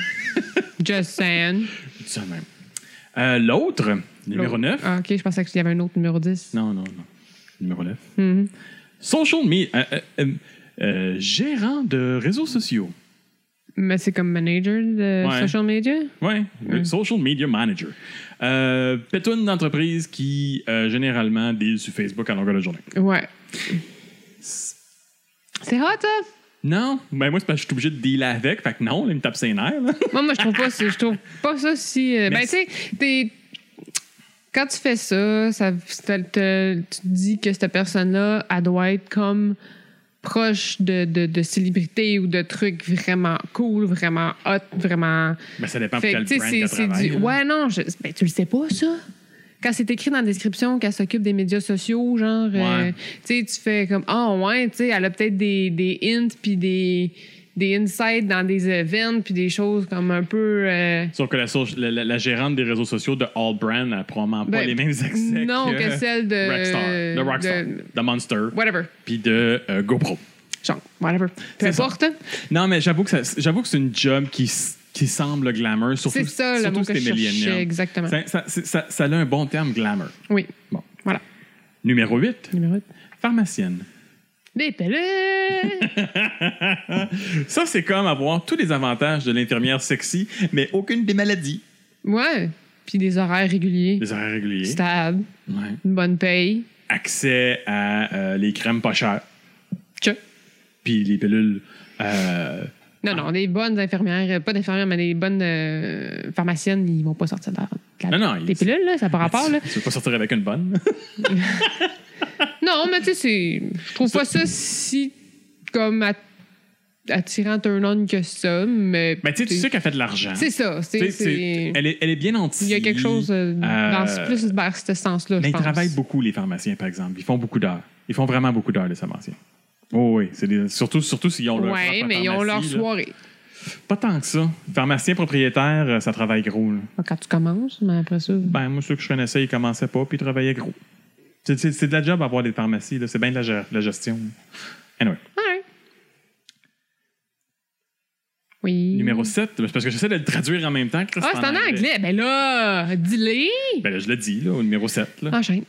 [SPEAKER 2] Just saying.
[SPEAKER 1] Je dis ça de même. Euh, L'autre, numéro 9.
[SPEAKER 2] Ah, ok, je pensais qu'il y avait un autre numéro 10.
[SPEAKER 1] Non, non, non. Numéro 9.
[SPEAKER 2] Mm-hmm.
[SPEAKER 1] Social media. euh, euh, euh, euh, gérant de réseaux sociaux.
[SPEAKER 2] Mais c'est comme manager de
[SPEAKER 1] Ouais.
[SPEAKER 2] social media?
[SPEAKER 1] Ouais,
[SPEAKER 2] Mm.
[SPEAKER 1] le social media manager. Euh, pétoune d'entreprise qui, euh, généralement, deal sur Facebook à longueur de journée.
[SPEAKER 2] Ouais. C'est hot, ça!
[SPEAKER 1] Non, ben moi, c'est parce que je suis obligé de dealer avec. Fait que non, là, il me tape ses nerfs. là. [laughs]
[SPEAKER 2] Moi, moi, je trouve pas, ça- je trouve pas ça si. euh, ben, tu
[SPEAKER 1] c'est-
[SPEAKER 2] sais, t'es- quand tu fais ça, ça ça te- tu te dis que cette personne-là, elle doit être comme proche de, de, de célébrités ou de trucs vraiment cool, vraiment hot, vraiment.
[SPEAKER 1] Ben, ça dépend
[SPEAKER 2] Fait
[SPEAKER 1] pour quel
[SPEAKER 2] que, tu sais,
[SPEAKER 1] brand
[SPEAKER 2] c'est-
[SPEAKER 1] qu'elle
[SPEAKER 2] c'est
[SPEAKER 1] travaille, là.
[SPEAKER 2] du. Ouais, non, je- ben, tu le sais pas, ça. Quand c'est écrit dans la description qu'elle s'occupe des médias sociaux, genre, euh,
[SPEAKER 1] Ouais.
[SPEAKER 2] tu sais, tu fais comme, ah ouais, tu sais, elle a peut-être des, des hints puis des, des insights dans des events puis des choses comme un peu. euh,
[SPEAKER 1] Sauf que la, source- la- la- la gérante des réseaux sociaux de All Brand n'a probablement pas
[SPEAKER 2] Ben,
[SPEAKER 1] les mêmes accès
[SPEAKER 2] non, que celle de-
[SPEAKER 1] Rockstar, de Rockstar,
[SPEAKER 2] de-
[SPEAKER 1] de Monster,
[SPEAKER 2] whatever.
[SPEAKER 1] puis de euh, GoPro.
[SPEAKER 2] Genre, whatever. Peu
[SPEAKER 1] C'est ça.
[SPEAKER 2] importe. hein.
[SPEAKER 1] Non, mais j'avoue que, ça- j'avoue que c'est une job qui, s- qui semble glamour, surtout,
[SPEAKER 2] C'est ça, le
[SPEAKER 1] surtout
[SPEAKER 2] mot
[SPEAKER 1] si
[SPEAKER 2] que
[SPEAKER 1] t'es
[SPEAKER 2] je cherchais,
[SPEAKER 1] millénial.
[SPEAKER 2] exactement.
[SPEAKER 1] Ça, ça- c'est- ça- ça a un bon terme, glamour.
[SPEAKER 2] Oui.
[SPEAKER 1] Bon.
[SPEAKER 2] Voilà.
[SPEAKER 1] Numéro 8,
[SPEAKER 2] Numéro 8.
[SPEAKER 1] pharmacienne. [laughs]
[SPEAKER 2] Des pellets!
[SPEAKER 1] Ça, c'est comme avoir tous les avantages de l'infirmière sexy, mais aucune des maladies.
[SPEAKER 2] ouais. Puis des horaires réguliers.
[SPEAKER 1] Des horaires réguliers.
[SPEAKER 2] Stable.
[SPEAKER 1] Ouais.
[SPEAKER 2] Une bonne paye.
[SPEAKER 1] Accès à euh, les crèmes pas chères,
[SPEAKER 2] Tchou.
[SPEAKER 1] puis les pilules... euh,
[SPEAKER 2] Non, non, des bonnes infirmières, euh, pas d'infirmières, mais des bonnes euh, pharmaciennes, ils vont pas sortir de la, de la-
[SPEAKER 1] Non, non,
[SPEAKER 2] des
[SPEAKER 1] ils-
[SPEAKER 2] pilules, là, ça n'a pas rapport, là.
[SPEAKER 1] Tu veux pas sortir avec une
[SPEAKER 2] [laughs]
[SPEAKER 1] bonne?
[SPEAKER 2] Non, mais tu sais, c'est- je trouve pas ça si comme at- attirant un on que ça, mais.
[SPEAKER 1] Ben, tu sais, tu sais qu'elle fait de l'argent.
[SPEAKER 2] C'est ça,
[SPEAKER 1] Tu sais,
[SPEAKER 2] c'est.
[SPEAKER 1] c'est-
[SPEAKER 2] c'est-
[SPEAKER 1] Elle, est, elle est bien anti.
[SPEAKER 2] Il y a quelque chose euh, dans ce, plus vers ce sens-là.
[SPEAKER 1] Mais
[SPEAKER 2] je
[SPEAKER 1] ils
[SPEAKER 2] pense.
[SPEAKER 1] travaillent beaucoup, les pharmaciens, par exemple. Ils font beaucoup d'heures. Ils font vraiment beaucoup d'heures, les pharmaciens. Oh oui, c'est des- surtout, surtout s'ils ont leur
[SPEAKER 2] Oui,
[SPEAKER 1] propre
[SPEAKER 2] mais ils ont leur
[SPEAKER 1] pharmacie, là.
[SPEAKER 2] soirée.
[SPEAKER 1] Pas tant que ça. Pharmacien propriétaire, euh, ça travaille gros. là.
[SPEAKER 2] Quand tu commences, mais après ça.
[SPEAKER 1] Ben, moi, ceux que je connaissais, ils commençaient pas, puis ils travaillaient gros. C'est- C'est c'est de la job avoir des pharmacies, là. c'est bien de la, ge- la gestion.
[SPEAKER 2] Mm.
[SPEAKER 1] Anyway,
[SPEAKER 2] Ouais. Oui.
[SPEAKER 1] numéro 7, c'est parce que j'essaie de le traduire en même temps. Chris,
[SPEAKER 2] Ah, c'est en anglais. Ben là, dis-les.
[SPEAKER 1] Ben là, je le dis, là, au numéro 7. là.
[SPEAKER 2] Enchaîne.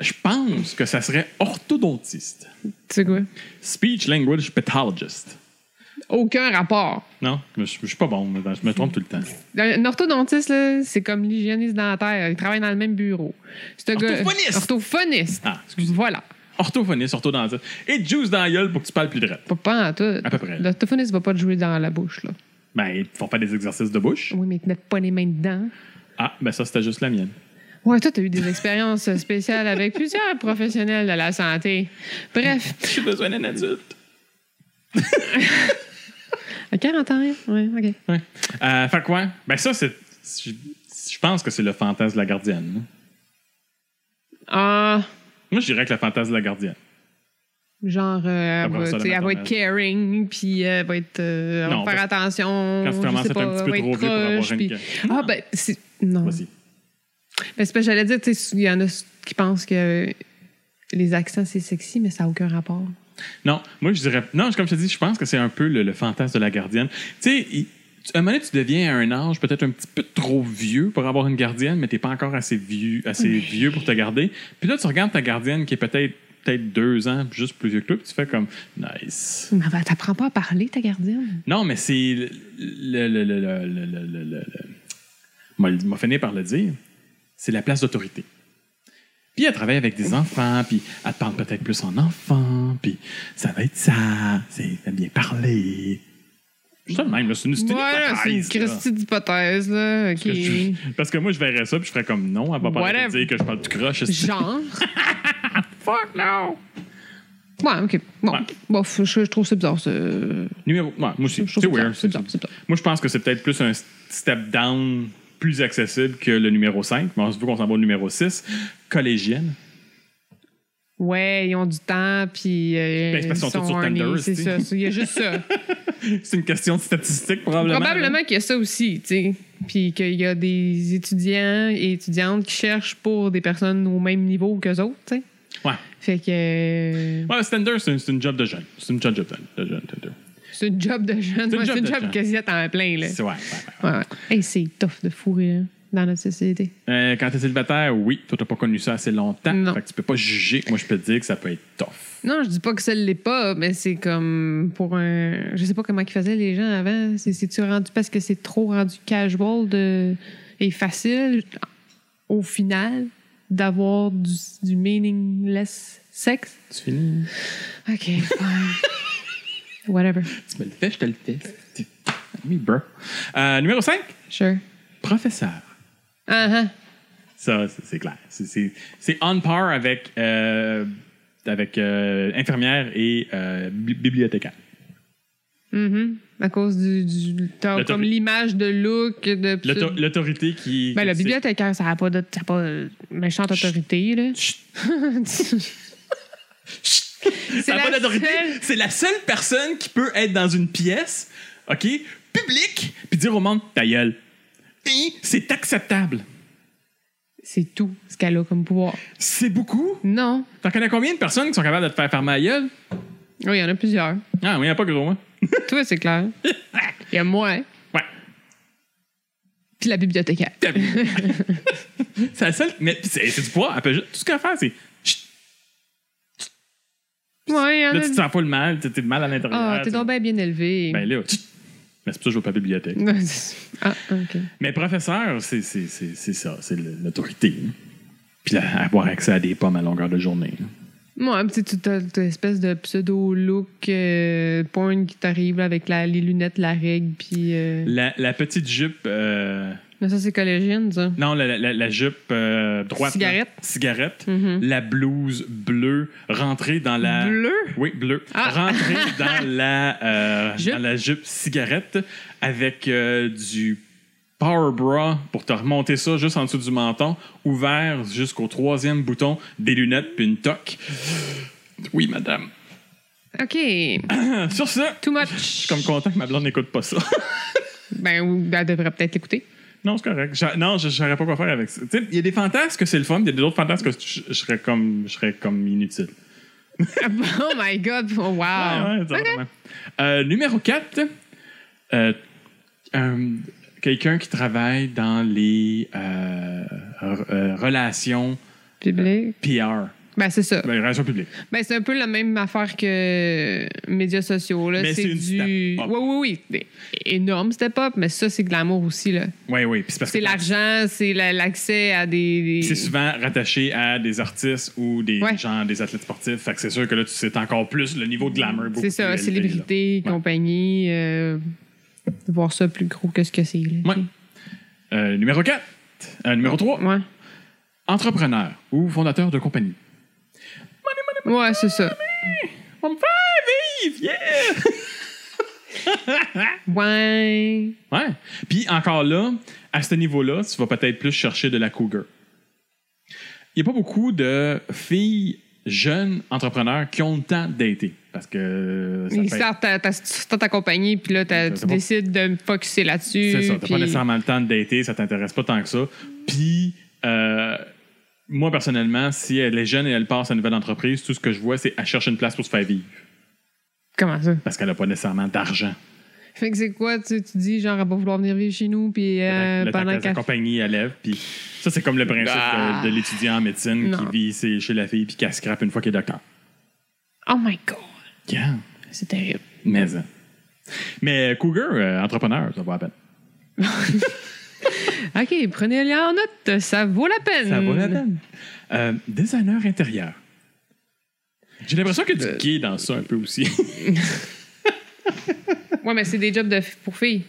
[SPEAKER 1] Je pense que ça serait orthodontiste.
[SPEAKER 2] Tu sais quoi?
[SPEAKER 1] Speech language pathologist.
[SPEAKER 2] Aucun rapport.
[SPEAKER 1] Non, je, je suis pas bon, là-dedans. je me trompe tout le temps.
[SPEAKER 2] Un orthodontiste, là, c'est comme l'hygiéniste dentaire. Ils travaillent dans le même bureau. C'est un gars-
[SPEAKER 1] Orthophoniste!
[SPEAKER 2] Orthophoniste.
[SPEAKER 1] Ah, excusez.
[SPEAKER 2] Voilà.
[SPEAKER 1] Orthophoniste, orthodontiste. Et te juice dans la gueule pour que tu parles plus droit.
[SPEAKER 2] Pas, pas en tout.
[SPEAKER 1] À peu près.
[SPEAKER 2] L'orthophoniste va pas te jouer dans la bouche, là.
[SPEAKER 1] Ben, ils te font pas des exercices de bouche.
[SPEAKER 2] Oui, mais ils te mettent pas les mains dedans.
[SPEAKER 1] Ah, ben ça, c'était juste la mienne.
[SPEAKER 2] Ouais, toi, t'as
[SPEAKER 1] [laughs]
[SPEAKER 2] eu des expériences spéciales avec plusieurs professionnels de la santé. Bref,
[SPEAKER 1] J'ai besoin d'un adulte.
[SPEAKER 2] à 40 ans, hein? ouais, OK.
[SPEAKER 1] Ouais. Euh, fait quoi? Ben ça, c'est... Je je pense que c'est le fantasme de la gardienne. là.
[SPEAKER 2] Ah,
[SPEAKER 1] Moi, je dirais que le fantasme de la gardienne.
[SPEAKER 2] genre, euh, elle,
[SPEAKER 1] Après
[SPEAKER 2] va,
[SPEAKER 1] ça, la
[SPEAKER 2] tu sais, elle va être
[SPEAKER 1] maternelle.
[SPEAKER 2] caring, puis elle va être. euh, elle va
[SPEAKER 1] Non,
[SPEAKER 2] faire
[SPEAKER 1] parce-
[SPEAKER 2] attention.
[SPEAKER 1] quand tu
[SPEAKER 2] je
[SPEAKER 1] commences
[SPEAKER 2] sais
[SPEAKER 1] à être un
[SPEAKER 2] pas,
[SPEAKER 1] petit peu
[SPEAKER 2] elle
[SPEAKER 1] trop
[SPEAKER 2] va
[SPEAKER 1] vieux
[SPEAKER 2] être
[SPEAKER 1] pour avoir
[SPEAKER 2] proche,
[SPEAKER 1] une
[SPEAKER 2] puis-
[SPEAKER 1] gardienne.
[SPEAKER 2] Ah, ben, c'est. Non.
[SPEAKER 1] Vas-y.
[SPEAKER 2] Mais c'est parce que j'allais dire, tu sais, il y en a qui pensent que les accents, c'est sexy, mais ça n'a aucun rapport.
[SPEAKER 1] Non, moi, je dirais. Non, comme je te dis, je pense que c'est un peu le, le fantasme de la gardienne. Tu sais, il- tu- à un moment donné, tu deviens à un âge peut-être un petit peu trop vieux pour avoir une gardienne, mais tu n'es pas encore assez vieux, assez vieux pour te garder. Puis là, tu regardes ta gardienne qui est peut-être peut-être deux ans juste plus vieux que toi, puis tu fais comme nice.
[SPEAKER 2] Mais elle t'apprend pas à parler, ta gardienne.
[SPEAKER 1] Non, mais c'est le. le, le, le, le, le, le, le- le- Moi, il m'a fini par le dire. C'est la place d'autorité. Puis elle travaille avec
[SPEAKER 2] Hein?
[SPEAKER 1] des enfants, puis elle te parle peut-être plus en enfant, puis ça va être ça, c'est elle aime bien parler. C'est ça de même, là, c'est une, c'est une
[SPEAKER 2] Voilà, c'est une
[SPEAKER 1] hypothèse, là.
[SPEAKER 2] Christie d'hypothèse, là. OK.
[SPEAKER 1] Que je- Parce que moi, je verrais ça, puis je ferais comme non, elle va pas
[SPEAKER 2] Whatever.
[SPEAKER 1] me dire que je parle du croche. est-ce que-
[SPEAKER 2] Genre.
[SPEAKER 1] [laughs] Fuck no!
[SPEAKER 2] Ouais, OK. Bon,
[SPEAKER 1] Ouais.
[SPEAKER 2] bof, je, je trouve ça bizarre, ça. Je
[SPEAKER 1] Numéro. ouais, moi aussi,
[SPEAKER 2] trouve ça
[SPEAKER 1] c'est
[SPEAKER 2] bizarre,
[SPEAKER 1] weird.
[SPEAKER 2] C'est bizarre, c'est bizarre.
[SPEAKER 1] Moi, je pense que c'est peut-être plus un step down plus accessible que le numéro 5. Mais on se voit qu'on s'en va au numéro 6. Collégienne.
[SPEAKER 2] Ouais, ils ont du temps, puis. euh,
[SPEAKER 1] Ben, c'est parce qu'ils sont tous sur
[SPEAKER 2] horny,
[SPEAKER 1] Tinder,
[SPEAKER 2] C'est
[SPEAKER 1] tu sais.
[SPEAKER 2] ça. c'est- Il y a
[SPEAKER 1] [laughs]
[SPEAKER 2] juste ça.
[SPEAKER 1] C'est une question de statistique, probablement.
[SPEAKER 2] Probablement qu'il y a ça aussi, tu sais. Puis qu'il y a des étudiants et étudiantes qui cherchent pour des personnes au même niveau qu'eux autres, tu sais.
[SPEAKER 1] Ouais.
[SPEAKER 2] Fait que euh,
[SPEAKER 1] Ouais, Tinder, c'est une, c'est une job de jeune. C'est une job de jeune. De jeune Tinder.
[SPEAKER 2] c'est une job de jeune.
[SPEAKER 1] C'est une
[SPEAKER 2] Ouais,
[SPEAKER 1] job
[SPEAKER 2] C'est une
[SPEAKER 1] de
[SPEAKER 2] job,
[SPEAKER 1] jeune.
[SPEAKER 2] quasi à temps plein, là.
[SPEAKER 1] C'est- Ouais, ouais, ouais.
[SPEAKER 2] Ouais, ouais. Hey, c'est tough de fourrer, là, dans notre société.
[SPEAKER 1] Euh, quand t'es célibataire, oui, toi, t'as pas connu ça assez longtemps.
[SPEAKER 2] Non.
[SPEAKER 1] Fait que tu peux pas juger. Moi, je peux te dire que ça peut être tough.
[SPEAKER 2] Non, je dis pas que ça l'est pas, mais c'est comme pour un. Je sais pas comment ils faisaient les gens avant. C'est- C'est-tu rendu parce que c'est trop rendu casual de... et facile, au final, d'avoir du, du meaningless sexe?
[SPEAKER 1] Tu finis.
[SPEAKER 2] OK, fine. [laughs] Whatever.
[SPEAKER 1] Tu me le fais, je te le fais. Oui, bro. Euh, numéro 5,
[SPEAKER 2] Sure.
[SPEAKER 1] professeur.
[SPEAKER 2] Ah ah.
[SPEAKER 1] Ça, c'est c'est clair. C'est- C'est c'est on par avec, euh, avec euh, infirmière et euh, bi- bibliothécaire.
[SPEAKER 2] Mhm. À cause du. du- t'as
[SPEAKER 1] L'autori-
[SPEAKER 2] comme l'image de look, de.
[SPEAKER 1] L'auto- L'autorité qui.
[SPEAKER 2] Ben,
[SPEAKER 1] qui-
[SPEAKER 2] la
[SPEAKER 1] c'est-
[SPEAKER 2] bibliothécaire, ça n'a pas de ça a pas de méchante autorité, là. c'est
[SPEAKER 1] Ça a Ah, pas
[SPEAKER 2] la
[SPEAKER 1] d'autorité.
[SPEAKER 2] seule-
[SPEAKER 1] C'est la seule personne qui peut être dans une pièce, OK, publique, puis dire au monde ta gueule. Et c'est acceptable.
[SPEAKER 2] C'est tout ce qu'elle a comme pouvoir.
[SPEAKER 1] C'est beaucoup.
[SPEAKER 2] Non.
[SPEAKER 1] T'en connais combien de personnes qui sont capables de te faire faire ma gueule?
[SPEAKER 2] Oui, il y en a plusieurs.
[SPEAKER 1] Ah, mais il n'y a pas gros, hein?
[SPEAKER 2] Toi, c'est [laughs] clair. Il y a moi,
[SPEAKER 1] Ouais.
[SPEAKER 2] puis la bibliothécaire. [laughs]
[SPEAKER 1] C'est la seule. Mais c'est c'est du poids. Elle peut juste- Tout ce qu'elle fait, c'est. Chut.
[SPEAKER 2] Ouais, il y en
[SPEAKER 1] Là, tu te
[SPEAKER 2] a.
[SPEAKER 1] sens pas le mal. Tu es mal à l'intérieur.
[SPEAKER 2] Ah,
[SPEAKER 1] tu
[SPEAKER 2] t'es
[SPEAKER 1] sais.
[SPEAKER 2] donc bien bien élevé.
[SPEAKER 1] Ben là, tch, mais c'est pour ça que je vais pas à la bibliothèque.
[SPEAKER 2] [laughs] ah, OK.
[SPEAKER 1] Mais professeur, c'est c'est- c'est- c'est ça, c'est le- l'autorité. hein. Puis là, avoir accès à des pommes à longueur de journée. hein.
[SPEAKER 2] Moi, un petit toute espèce de pseudo-look euh, porn qui t'arrive là, avec la- les lunettes, la règle, puis. euh,
[SPEAKER 1] La, la petite jupe, euh,
[SPEAKER 2] Mais ça, c'est collégienne, ça.
[SPEAKER 1] non, la, la- la jupe euh, droite.
[SPEAKER 2] Cigarette.
[SPEAKER 1] hein, cigarette.
[SPEAKER 2] Mhm.
[SPEAKER 1] La blouse bleue, rentrée dans la.
[SPEAKER 2] Bleu?
[SPEAKER 1] Oui, bleue.
[SPEAKER 2] Ah. [laughs]
[SPEAKER 1] Rentrée dans, la, euh,
[SPEAKER 2] Jupe.
[SPEAKER 1] dans la jupe cigarette avec euh, du power bra pour te remonter ça juste en dessous du menton, ouvert jusqu'au troisième bouton, des lunettes puis une toque. Oui, madame. Euh,
[SPEAKER 2] OK.
[SPEAKER 1] Sur ça,
[SPEAKER 2] Too much.
[SPEAKER 1] je suis comme content que ma blonde n'écoute pas ça. [laughs]
[SPEAKER 2] Ben, ou- elle devrait peut-être l'écouter.
[SPEAKER 1] non, c'est correct. J'a- non, je ne saurais pas quoi faire avec ça. Tu sais, Il y a des fantasmes que c'est le fun, il y a d'autres fantasmes que je, je serais, comme, je serais comme inutile.
[SPEAKER 2] [laughs] oh my God. Oh, wow.
[SPEAKER 1] Ouais, ouais, exactement. Ah. Euh, numéro 4, quelqu'un qui travaille dans les euh, r- euh, relations
[SPEAKER 2] Public.
[SPEAKER 1] PR,
[SPEAKER 2] Ben, c'est ça.
[SPEAKER 1] ben, les relations publiques.
[SPEAKER 2] Ben, c'est un peu la même affaire que médias sociaux. Là.
[SPEAKER 1] Mais c'est
[SPEAKER 2] C'est
[SPEAKER 1] une
[SPEAKER 2] du.
[SPEAKER 1] step-up.
[SPEAKER 2] Oui, oui, oui. Énorme step-up, mais ça, c'est glamour aussi. là.
[SPEAKER 1] Oui, oui. puis c'est parce
[SPEAKER 2] C'est
[SPEAKER 1] que-
[SPEAKER 2] l'argent, c'est la- l'accès à des. des-
[SPEAKER 1] C'est souvent rattaché à des artistes ou des
[SPEAKER 2] Ouais.
[SPEAKER 1] gens, des athlètes sportifs. Fait que c'est sûr que là, tu sais encore plus le niveau de glamour. beaucoup
[SPEAKER 2] C'est ça,
[SPEAKER 1] plus élevé, là.
[SPEAKER 2] célébrité,
[SPEAKER 1] Ouais.
[SPEAKER 2] compagnie. euh, voir ça plus gros que ce que c'est. là.
[SPEAKER 1] Ouais. Euh, numéro 4. numéro 3.
[SPEAKER 2] Ouais.
[SPEAKER 1] Entrepreneur ou fondateur de compagnie.
[SPEAKER 2] Ouais, c'est ça.
[SPEAKER 1] On me fait vivre! Yeah!
[SPEAKER 2] Ouais.
[SPEAKER 1] Ouais. Puis encore là, à ce niveau-là, tu vas peut-être plus chercher de la cougar. Il n'y a pas beaucoup de filles jeunes entrepreneurs qui ont le temps de dater. Parce que euh, ça
[SPEAKER 2] Ils
[SPEAKER 1] fait-
[SPEAKER 2] sortent ta, ta, tu sortes ta compagnie, puis là, t'as-
[SPEAKER 1] Ça,
[SPEAKER 2] tu
[SPEAKER 1] c'est pas-
[SPEAKER 2] décides de me focusser là-dessus.
[SPEAKER 1] C'est ça, t'as
[SPEAKER 2] puis-
[SPEAKER 1] pas nécessairement le temps de dater, ça t'intéresse pas tant que ça. Puis Euh, moi, personnellement, si elle est jeune et elle passe à une nouvelle entreprise, tout ce que je vois, c'est qu'elle cherche une place pour se faire vivre.
[SPEAKER 2] Comment ça?
[SPEAKER 1] Parce qu'elle n'a pas nécessairement d'argent.
[SPEAKER 2] Fait que c'est quoi, tu, tu dis, genre, elle va vouloir venir vivre chez nous, puis euh,
[SPEAKER 1] le temps
[SPEAKER 2] pendant
[SPEAKER 1] que sa
[SPEAKER 2] qu'elle...
[SPEAKER 1] compagnie élève. Puis ça, c'est comme le principe
[SPEAKER 2] Ah.
[SPEAKER 1] de, de l'étudiant en médecine
[SPEAKER 2] Non.
[SPEAKER 1] qui vit chez- chez la fille puis qui scrape une fois qu'il est docteur.
[SPEAKER 2] Oh my God!
[SPEAKER 1] Yeah.
[SPEAKER 2] C'est terrible.
[SPEAKER 1] Mais, euh, mais Cougar, euh, entrepreneur, ça vaut la peine.
[SPEAKER 2] OK, prenez-le en note, ça vaut la peine.
[SPEAKER 1] Ça vaut la peine. Euh, designer intérieur. J'ai l'impression que
[SPEAKER 2] Euh.
[SPEAKER 1] du gay dans ça un peu aussi. [laughs]
[SPEAKER 2] Ouais, mais c'est des jobs de, pour filles.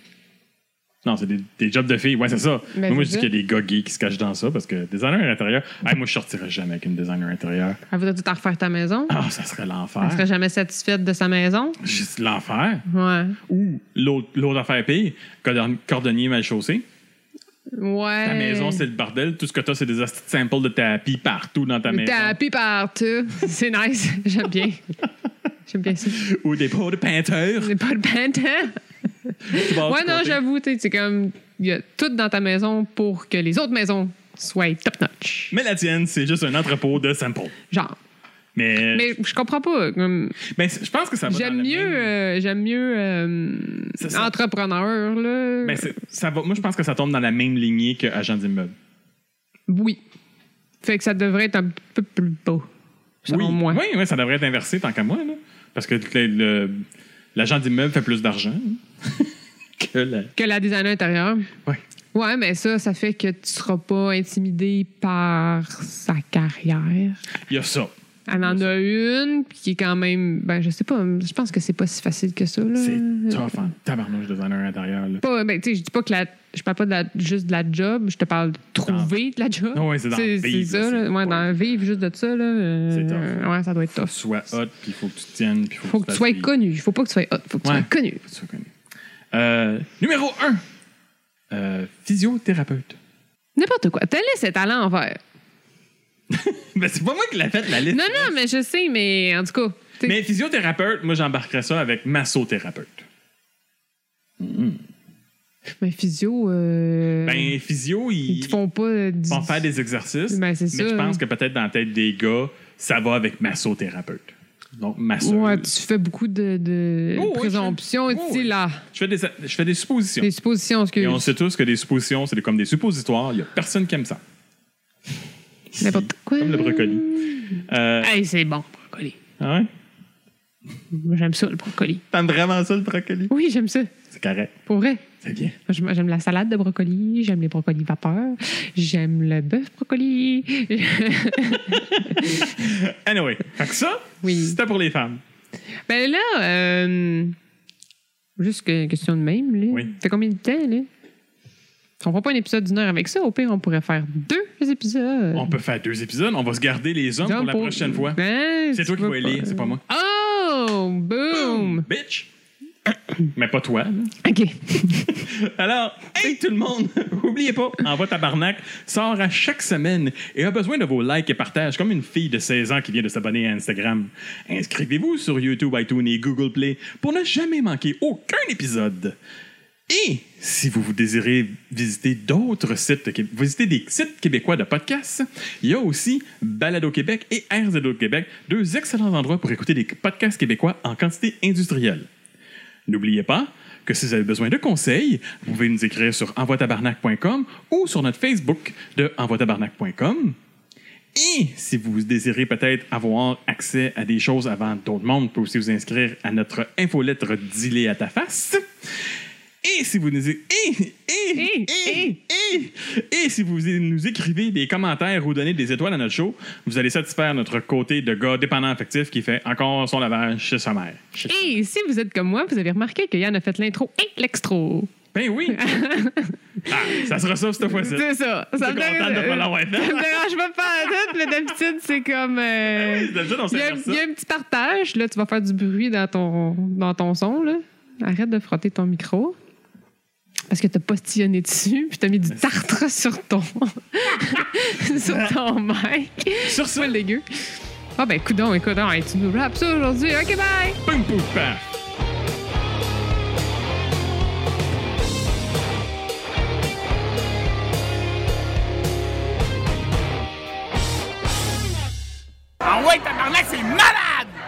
[SPEAKER 1] non, c'est des, des jobs de filles. Ouais, c'est ça.
[SPEAKER 2] Ben,
[SPEAKER 1] Mais moi, je
[SPEAKER 2] c'est
[SPEAKER 1] dis
[SPEAKER 2] ça.
[SPEAKER 1] qu'il y a des gars gays qui se cachent dans ça parce que designer intérieur. Hey, moi, je sortirais jamais avec une designer intérieur.
[SPEAKER 2] Elle voudrait tout en refaire ta maison.
[SPEAKER 1] Ah, ça serait
[SPEAKER 2] Elle
[SPEAKER 1] l'enfer.
[SPEAKER 2] serait jamais satisfaite de sa maison.
[SPEAKER 1] Juste l'enfer.
[SPEAKER 2] Ouais.
[SPEAKER 1] Ou l'autre l'autre affaire pire, cordon- cordonnier mal chaussé.
[SPEAKER 2] Ouais.
[SPEAKER 1] Ta maison, c'est le bordel. Tout ce que t'as, c'est des hosties de samples de tapis partout dans ta maison.
[SPEAKER 2] Tapis partout. [laughs] C'est nice. J'aime bien. J'aime bien ça.
[SPEAKER 1] Ou des pots de peinture.
[SPEAKER 2] J'ai pas de pantin.
[SPEAKER 1] Tu vas
[SPEAKER 2] Ouais,
[SPEAKER 1] du
[SPEAKER 2] non,
[SPEAKER 1] côté.
[SPEAKER 2] j'avoue, tu sais, c'est comme. Il y a tout dans ta maison pour que les autres maisons soient top-notch.
[SPEAKER 1] Mais la tienne, c'est juste un entrepôt de samples.
[SPEAKER 2] Genre.
[SPEAKER 1] Mais,
[SPEAKER 2] Mais je comprends pas. comme,
[SPEAKER 1] mais c- je pense que Euh, ça va dans
[SPEAKER 2] J'aime
[SPEAKER 1] le
[SPEAKER 2] mieux,
[SPEAKER 1] même-
[SPEAKER 2] euh, j'aime mieux euh,
[SPEAKER 1] C'est ça.
[SPEAKER 2] entrepreneur, là.
[SPEAKER 1] Mais c'est- ça va, moi, je pense que ça tombe dans la même lignée que agent d'immeuble.
[SPEAKER 2] Oui. Fait que ça devrait être un peu plus beau, selon
[SPEAKER 1] oui.
[SPEAKER 2] moi.
[SPEAKER 1] Oui, oui, ça devrait être inversé tant qu'à moi. là. Parce que le- le- l'agent d'immeuble fait plus d'argent [laughs] hein, que la...
[SPEAKER 2] Que la designer intérieure.
[SPEAKER 1] Ouais.
[SPEAKER 2] Ouais, mais ça, ça fait que tu seras pas intimidé par sa carrière.
[SPEAKER 1] Il y a ça.
[SPEAKER 2] Elle en a une, puis qui est quand même. Ben, je sais pas, je pense que c'est pas si facile que ça, là.
[SPEAKER 1] C'est tough en tabarnouche designer intérieur. Là.
[SPEAKER 2] Pas, ben, tu sais, je dis pas que la. Je parle pas de la- juste de la job, je te parle de trouver de la job.
[SPEAKER 1] Ah ouais, c'est dans
[SPEAKER 2] C'est
[SPEAKER 1] vivre,
[SPEAKER 2] ça,
[SPEAKER 1] là,
[SPEAKER 2] là.
[SPEAKER 1] c'est-
[SPEAKER 2] Ouais, dans vivre juste de ça, là. euh,
[SPEAKER 1] C'est tough.
[SPEAKER 2] Ouais, ça doit être
[SPEAKER 1] Faut que tu
[SPEAKER 2] tough.
[SPEAKER 1] euh, sois hot, puis il faut que tu tiennes. puis
[SPEAKER 2] Faut que tu
[SPEAKER 1] fasses
[SPEAKER 2] sois
[SPEAKER 1] vivre.
[SPEAKER 2] connu. Faut pas que tu sois hot. Faut que tu
[SPEAKER 1] Ouais.
[SPEAKER 2] sois connu.
[SPEAKER 1] Faut que tu sois connu. Euh, numéro 1. physiothérapeute. [laughs]
[SPEAKER 2] N'importe quoi. T'as laissé à l'envers.
[SPEAKER 1] Ben, c'est pas moi qui l'ai fait, la liste.
[SPEAKER 2] Non, non, mais je sais, mais en tout cas. t'sais,
[SPEAKER 1] Mais physiothérapeute, moi, j'embarquerais ça avec massothérapeute.
[SPEAKER 2] mais physio. euh,
[SPEAKER 1] Ben, physio, ils,
[SPEAKER 2] ils te font pas. euh, du-
[SPEAKER 1] vont faire des exercices.
[SPEAKER 2] Ben, c'est
[SPEAKER 1] mais
[SPEAKER 2] ça,
[SPEAKER 1] je pense
[SPEAKER 2] hein.
[SPEAKER 1] que peut-être dans la tête des gars, ça va avec massothérapeute. Donc, masseuse.
[SPEAKER 2] Ouais, tu fais beaucoup de, de
[SPEAKER 1] Oh, ouais,
[SPEAKER 2] présomptions
[SPEAKER 1] je fais-
[SPEAKER 2] ici,
[SPEAKER 1] oh, ouais.
[SPEAKER 2] là.
[SPEAKER 1] je, fais des, je fais des suppositions.
[SPEAKER 2] Des suppositions,
[SPEAKER 1] Et on
[SPEAKER 2] excuse.
[SPEAKER 1] sait tous que des suppositions, c'est comme des suppositoires. Il n'y a personne qui aime ça.
[SPEAKER 2] N'importe quoi.
[SPEAKER 1] Comme le brocoli. Euh,
[SPEAKER 2] Hey, c'est bon, le brocoli.
[SPEAKER 1] ah ouais?
[SPEAKER 2] J'aime ça, le brocoli.
[SPEAKER 1] T'aimes vraiment ça, le brocoli?
[SPEAKER 2] Oui, j'aime ça.
[SPEAKER 1] C'est correct.
[SPEAKER 2] Pour vrai.
[SPEAKER 1] C'est bien.
[SPEAKER 2] Moi, J'aime la salade de brocoli, j'aime les brocolis vapeur, j'aime le bœuf brocoli. [laughs]
[SPEAKER 1] Anyway, fait que ça,
[SPEAKER 2] Oui.
[SPEAKER 1] c'était pour les femmes.
[SPEAKER 2] ben là, euh, juste que- question de même, là.
[SPEAKER 1] Oui.
[SPEAKER 2] T'as combien de temps, là? On fera pas un épisode d'une heure avec ça. Au pire, on pourrait faire deux épisodes.
[SPEAKER 1] On peut faire deux épisodes. On va se garder les hommes
[SPEAKER 2] Donc,
[SPEAKER 1] pour la prochaine fois.
[SPEAKER 2] Ben,
[SPEAKER 1] C'est
[SPEAKER 2] tu
[SPEAKER 1] toi qui
[SPEAKER 2] vas
[SPEAKER 1] vas élire, c'est pas moi.
[SPEAKER 2] Oh! Boom!
[SPEAKER 1] Bitch! [coughs] Mais pas toi. là.
[SPEAKER 2] OK.
[SPEAKER 1] Alors, hey tout le monde, [laughs] oubliez pas, Envoie Tabarnak sort à chaque semaine et a besoin de vos likes et partages comme une fille de 16 ans qui vient de s'abonner à Instagram. Inscrivez-vous sur YouTube, iTunes et Google Play pour ne jamais manquer aucun épisode. Et si vous vous désirez visiter d'autres sites, qué- visiter des sites québécois de podcasts, il y a aussi Balado Québec et RZO Québec, deux excellents endroits pour écouter des podcasts québécois en quantité industrielle. N'oubliez pas que si vous avez besoin de conseils, vous pouvez nous écrire sur envoitabarnac.com ou sur notre Facebook de envoitabarnac.com. Et si vous désirez peut-être avoir accès à des choses avant d'autres mondes, vous pouvez aussi vous inscrire à notre infolettre Dilé à ta face. Et si vous nous é- et, et,
[SPEAKER 2] Et,
[SPEAKER 1] et, et, et si vous nous écrivez des commentaires ou donnez des étoiles à notre show, vous allez satisfaire notre côté de gars dépendant affectif qui fait encore son lavage chez sa mère. Chez-
[SPEAKER 2] Et si vous êtes comme moi, vous avez remarqué que Yann a fait l'intro et l'extro.
[SPEAKER 1] Ben
[SPEAKER 2] [laughs]
[SPEAKER 1] oui! ah, ça sera ça cette fois-ci.
[SPEAKER 2] C'est ça.
[SPEAKER 1] Je
[SPEAKER 2] Ça euh,
[SPEAKER 1] suis
[SPEAKER 2] me
[SPEAKER 1] content de pas l'avoir
[SPEAKER 2] Ça
[SPEAKER 1] fait.
[SPEAKER 2] [laughs] me dérange pas, pas à tout, mais d'habitude, c'est comme. euh,
[SPEAKER 1] D'habitude, on
[SPEAKER 2] Il y, a,
[SPEAKER 1] s'inverse ça.
[SPEAKER 2] il y a un petit partage. Là, tu vas faire du bruit dans ton, dans ton son. Là. Arrête de frotter ton micro. Parce que t'as postillonné dessus, puis t'as mis du tartre sur ton. [laughs] sur ton mic.
[SPEAKER 1] Sur
[SPEAKER 2] C'est
[SPEAKER 1] ce,
[SPEAKER 2] pas dégueu. Ah, ben, coudon, écoute, hey, tu nous rappes ça aujourd'hui. OK, bye!
[SPEAKER 1] poum poum paf!
[SPEAKER 3] Ah ouais, tabarnak, c'est malade!